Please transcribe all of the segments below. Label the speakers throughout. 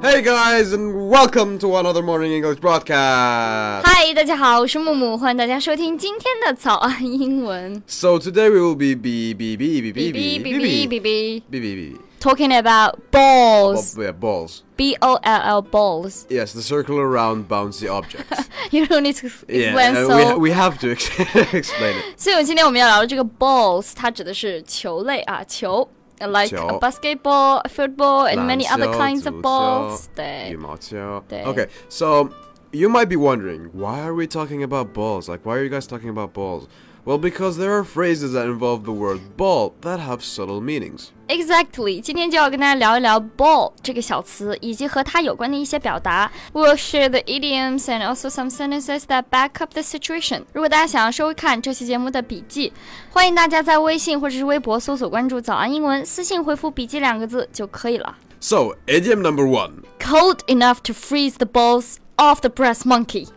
Speaker 1: Hey guys, and welcome to another morning English broadcast.
Speaker 2: 嗨， 大家好，我是木木，欢迎大家收听今天的早安 英文。
Speaker 1: So today we will be be be be be be
Speaker 2: 哔
Speaker 1: be be be
Speaker 2: 哔哔哔哔哔
Speaker 1: be be be
Speaker 2: ，talking about
Speaker 1: Bob-
Speaker 2: balls,
Speaker 1: yeah, balls.
Speaker 2: b o l l balls.
Speaker 1: Yes, the circular round bouncy object.
Speaker 2: You don't need to
Speaker 1: Yeah,
Speaker 2: explain
Speaker 1: uh, we, ha-
Speaker 2: so.
Speaker 1: we have to ex- explain it.
Speaker 2: 所以，今天我们要聊的这个 balls，它指的是球类啊，球，like
Speaker 1: 球
Speaker 2: a basketball, football, and
Speaker 1: 篮
Speaker 2: many other
Speaker 1: 球
Speaker 2: kinds of
Speaker 1: 足球
Speaker 2: balls. 对，
Speaker 1: 羽毛球.
Speaker 2: 对。
Speaker 1: Okay, so you might be wondering why are we talking about balls? Like, why are you guys talking about balls? Well, because there are phrases that involve the word ball that have subtle meanings.
Speaker 2: Exactly，今天就要跟大家聊一聊 ball 这个小词，以及和它有关的一些表达。We'll share the idioms and also some sentences that back up the situation。如果大家想要收看这期节目的笔记，欢迎大家在微信或者是微博搜索关注“早安英文”，私信回复“笔记”两个字就可以了。
Speaker 1: So, idiom number one.
Speaker 2: Cold enough to freeze the balls off the brass monkey.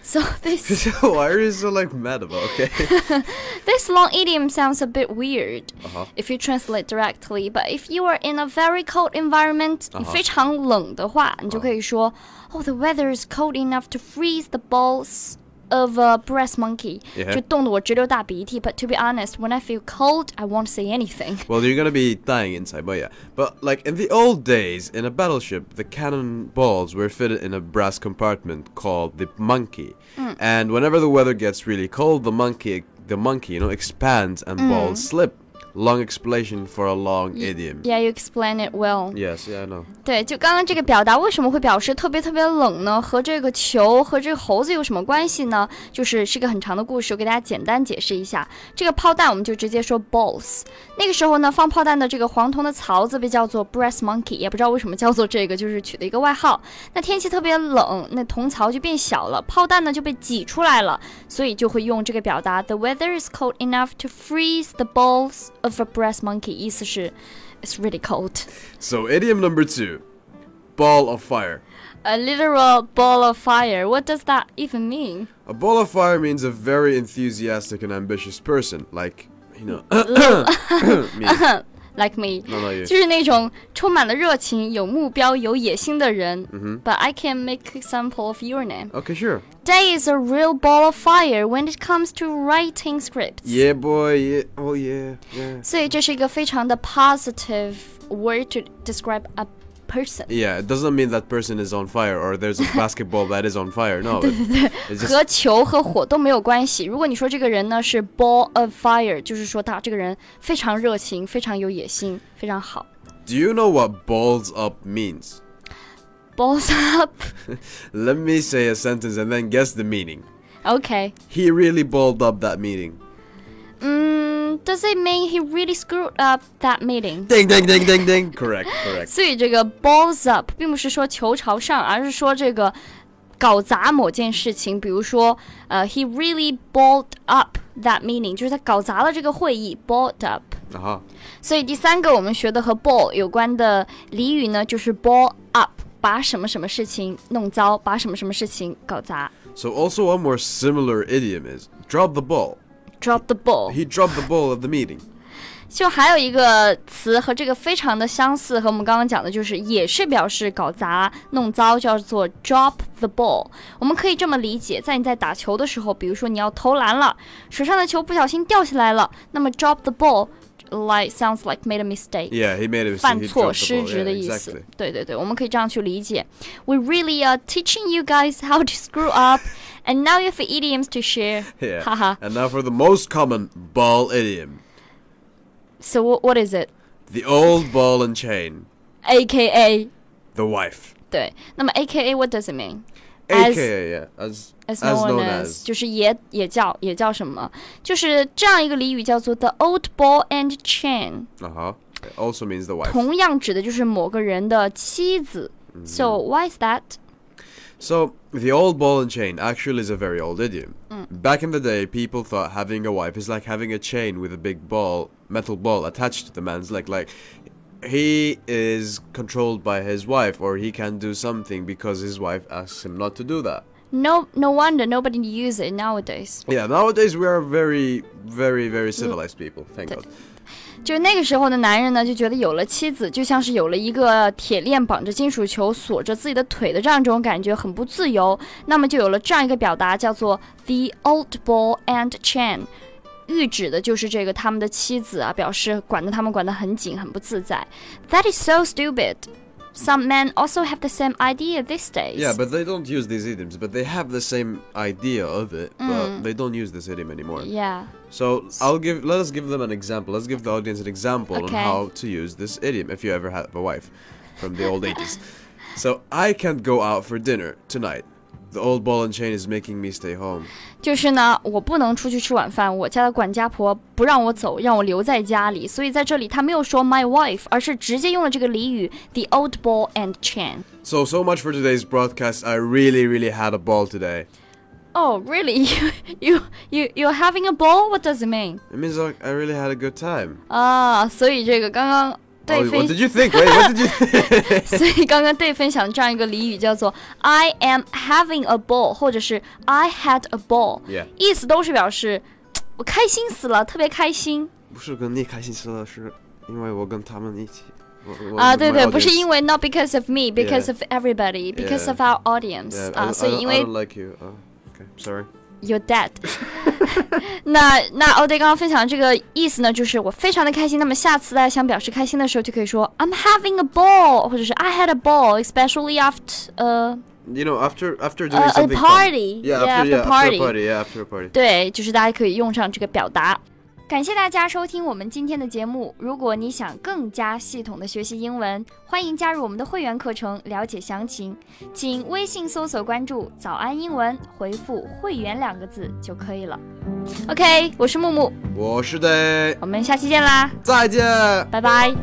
Speaker 2: So this
Speaker 1: So why are you so like mad about? Okay.
Speaker 2: This long idiom sounds a bit weird
Speaker 1: Uh-huh.
Speaker 2: if you translate directly, but if you are in a very cold environment,
Speaker 1: Uh-huh.
Speaker 2: 你非常冷的话，你就可以说，Oh, the weather is cold enough to freeze the balls of a brass monkey.
Speaker 1: Yeah.
Speaker 2: 就冻得我直流大鼻涕。But to be honest, when I feel cold, I won't say anything.
Speaker 1: well, you're gonna be dying inside, but yeah. But like in the old days, in a battleship, the cannon balls were fitted in a brass compartment called the monkey. And whenever the weather gets really cold, the monkey, the monkey, you know, expands and balls slip. Long explanation for a long idiom.
Speaker 2: Yeah, you explain it well.
Speaker 1: Yes, yeah, I know.
Speaker 2: 对，就刚刚这个表达为什么会表示特别特别冷呢？和这个球和这个猴子有什么关系呢？就是是个很长的故事，我给大家简单解释一下。这个炮弹我们就直接说 balls。那个时候呢，放炮弹的这个黄铜的槽子被叫做 brass monkey，也不知道为什么叫做这个，就是取的一个外号。那天气特别冷，那铜槽就变小了，炮弹呢就被挤出来了，所以就会用这个表达 the weather is cold enough to freeze the balls of a brass monkey，意思是 it's really cold。
Speaker 1: So idiom number two, ball of fire.
Speaker 2: A literal ball of fire. What does that even mean?
Speaker 1: A ball of fire means a very enthusiastic and ambitious person, like you know. me.
Speaker 2: Like me，、
Speaker 1: No, no, you.
Speaker 2: 就是那种充满了热情、有目标、有野心的人。But
Speaker 1: Mm-hmm.
Speaker 2: I can make example of your name.
Speaker 1: Okay, sure.
Speaker 2: Day is a real ball of fire when it comes to writing scripts.
Speaker 1: Yeah, boy. Yeah. Oh, yeah. Yeah.
Speaker 2: 所以这是一个非常的 positive word to describe a person.
Speaker 1: Yeah. It doesn't mean that person is on fire or there's a basketball that is on fire. No. it- it's just
Speaker 2: 和球和火都没有关系。如果你说这个人呢是 ball of fire，就是说他这个人非常热情、非常有野心、非常好。
Speaker 1: do you know what balls up means?
Speaker 2: Balls up.
Speaker 1: Let me say a sentence and then guess the meaning.
Speaker 2: Okay.
Speaker 1: He really balled up that meeting.
Speaker 2: Mm, does it mean he really screwed up that meeting?
Speaker 1: Ding ding ding ding ding. correct. Correct.
Speaker 2: 所以这个 balls up 并不是说球朝上，而是说这个搞砸某件事情。比如说，呃、h e really balled up that meeting，就是他搞砸了这个会议，balled up。
Speaker 1: Uh huh.
Speaker 2: 所以第三个我们学的和 ball 有关的俚语呢，就是 ball up，把什么什么事情弄糟，把什么什么事情搞砸
Speaker 1: So also one more similar idiom is drop the ball.
Speaker 2: ，drop the ball。
Speaker 1: He dropped the ball at the meeting.
Speaker 2: 就还有一个词和这个非常的相似，和我们刚刚讲的就是也是表示搞砸、弄糟，叫做 drop the ball。我们可以这么理解，在你在打球的时候，比如说你要投篮了，手上的球不小心掉下来了，那么 drop the ball like sounds like made a mistake。
Speaker 1: Yeah, he made a mistake.
Speaker 2: 犯
Speaker 1: He dropped
Speaker 2: 错、
Speaker 1: the
Speaker 2: 失
Speaker 1: ball.
Speaker 2: 职的
Speaker 1: Yeah,
Speaker 2: 意思
Speaker 1: exactly.
Speaker 2: 对对对，我们可以这样去理解。We really are teaching you guys how to screw up, and now you have idioms to share.
Speaker 1: Yeah.
Speaker 2: 哈哈。
Speaker 1: And now for the most common ball idiom.
Speaker 2: So what what is it?
Speaker 1: The old ball and chain.
Speaker 2: A.K.A.
Speaker 1: The wife.
Speaker 2: 对，那么 A K A what does it mean? As-
Speaker 1: AKA, yeah. As,
Speaker 2: As known as，就是也也叫也叫什么？就是这样一个俚语叫做 the old ball and chain，
Speaker 1: Uh huh. It also means the wife.
Speaker 2: 同样指的就是某个人的妻子。So why is that?
Speaker 1: So, the old ball and chain actually is a very old idiom.
Speaker 2: Mm.
Speaker 1: Back in the day, people thought having a wife is like having a chain with a big ball, metal ball attached to the man's leg. Like, he is controlled by his wife, or he can do something because his wife asks him not to do that.
Speaker 2: No, no wonder nobody use it nowadays.
Speaker 1: Yeah, nowadays we are very, very, very civilized people. Thank God.
Speaker 2: 就是那个时候的男人呢，就觉得有了妻子，就像是有了一个铁链绑着金属球锁着自己的腿的这样一种感觉，很不自由。那么就有了这样一个表达，叫做 the old ball and chain，喻指的就是这个他们的妻子啊，表示管得他们管得很紧，很不自在。That is so stupid. Some men also have the same idea these days.
Speaker 1: Yeah, but they don't use these idioms, but they have the same idea of it, but they don't use this idiom anymore.
Speaker 2: yeah.
Speaker 1: So I'll give let us give them an example. Let's give the audience an example on
Speaker 2: Okay.
Speaker 1: how to use this idiom if you ever have a wife from the old ages. So I can't go out for dinner tonight. The old ball and chain is making me stay home.
Speaker 2: 就是呢，我不能出去吃晚饭，我家的管家婆不让我走，让我留在家里。所以在这里，他没有说 my wife，而是直接用了这个俚语 the old ball and chain。
Speaker 1: So so much for today's broadcast. I really really had a ball today.
Speaker 2: Oh, really? You you you having a ball? What does it mean?
Speaker 1: It means like I really had a good time.
Speaker 2: 啊、所以这个刚刚
Speaker 1: Oh,
Speaker 2: 对
Speaker 1: what
Speaker 2: 分
Speaker 1: did you think? Wait, what did you think?
Speaker 2: 所以刚刚对分享这样一个俚语叫做 "I am having a ball" 或者是 "I had a ball"，、
Speaker 1: Yeah.
Speaker 2: 意思都是表示我开心死了，特别开心
Speaker 1: 不是跟你开心死了，是因为我跟他们一起。我-我-
Speaker 2: 啊！
Speaker 1: 我-
Speaker 2: 对
Speaker 1: my
Speaker 2: 对，不是
Speaker 1: audience.
Speaker 2: 因为 not because of me，because
Speaker 1: Yeah.
Speaker 2: of everybody，because
Speaker 1: Yeah.
Speaker 2: of our audience
Speaker 1: Yeah,
Speaker 2: 啊，
Speaker 1: I-
Speaker 2: 所
Speaker 1: I
Speaker 2: 以
Speaker 1: don't-
Speaker 2: 因
Speaker 1: I
Speaker 2: 为
Speaker 1: don't like you. Oh, okay, sorry.
Speaker 2: you're dead 那。那哦对，刚刚分享这个意思呢，就是我非常的开心。那么下次大家想表示开心的时候，就可以说 I'm having a ball，或者是 I had a ball，especially after 呃、
Speaker 1: You know, after after doing
Speaker 2: Uh, a
Speaker 1: something fun-
Speaker 2: party.
Speaker 1: Yeah,
Speaker 2: Yeah,
Speaker 1: after,
Speaker 2: after
Speaker 1: yeah, after
Speaker 2: party.
Speaker 1: a party. Yeah, after a party.
Speaker 2: 对，就是大家可以用上这个表达。感谢大家收听我们今天的节目。如果你想更加系统的学习英文，欢迎加入我们的会员课程，了解详情。请微信搜索关注“早安英文”，回复“会员”两个字就可以了。OK，我是木木，我们下期见啦，
Speaker 1: 我是的，再见。
Speaker 2: 拜拜。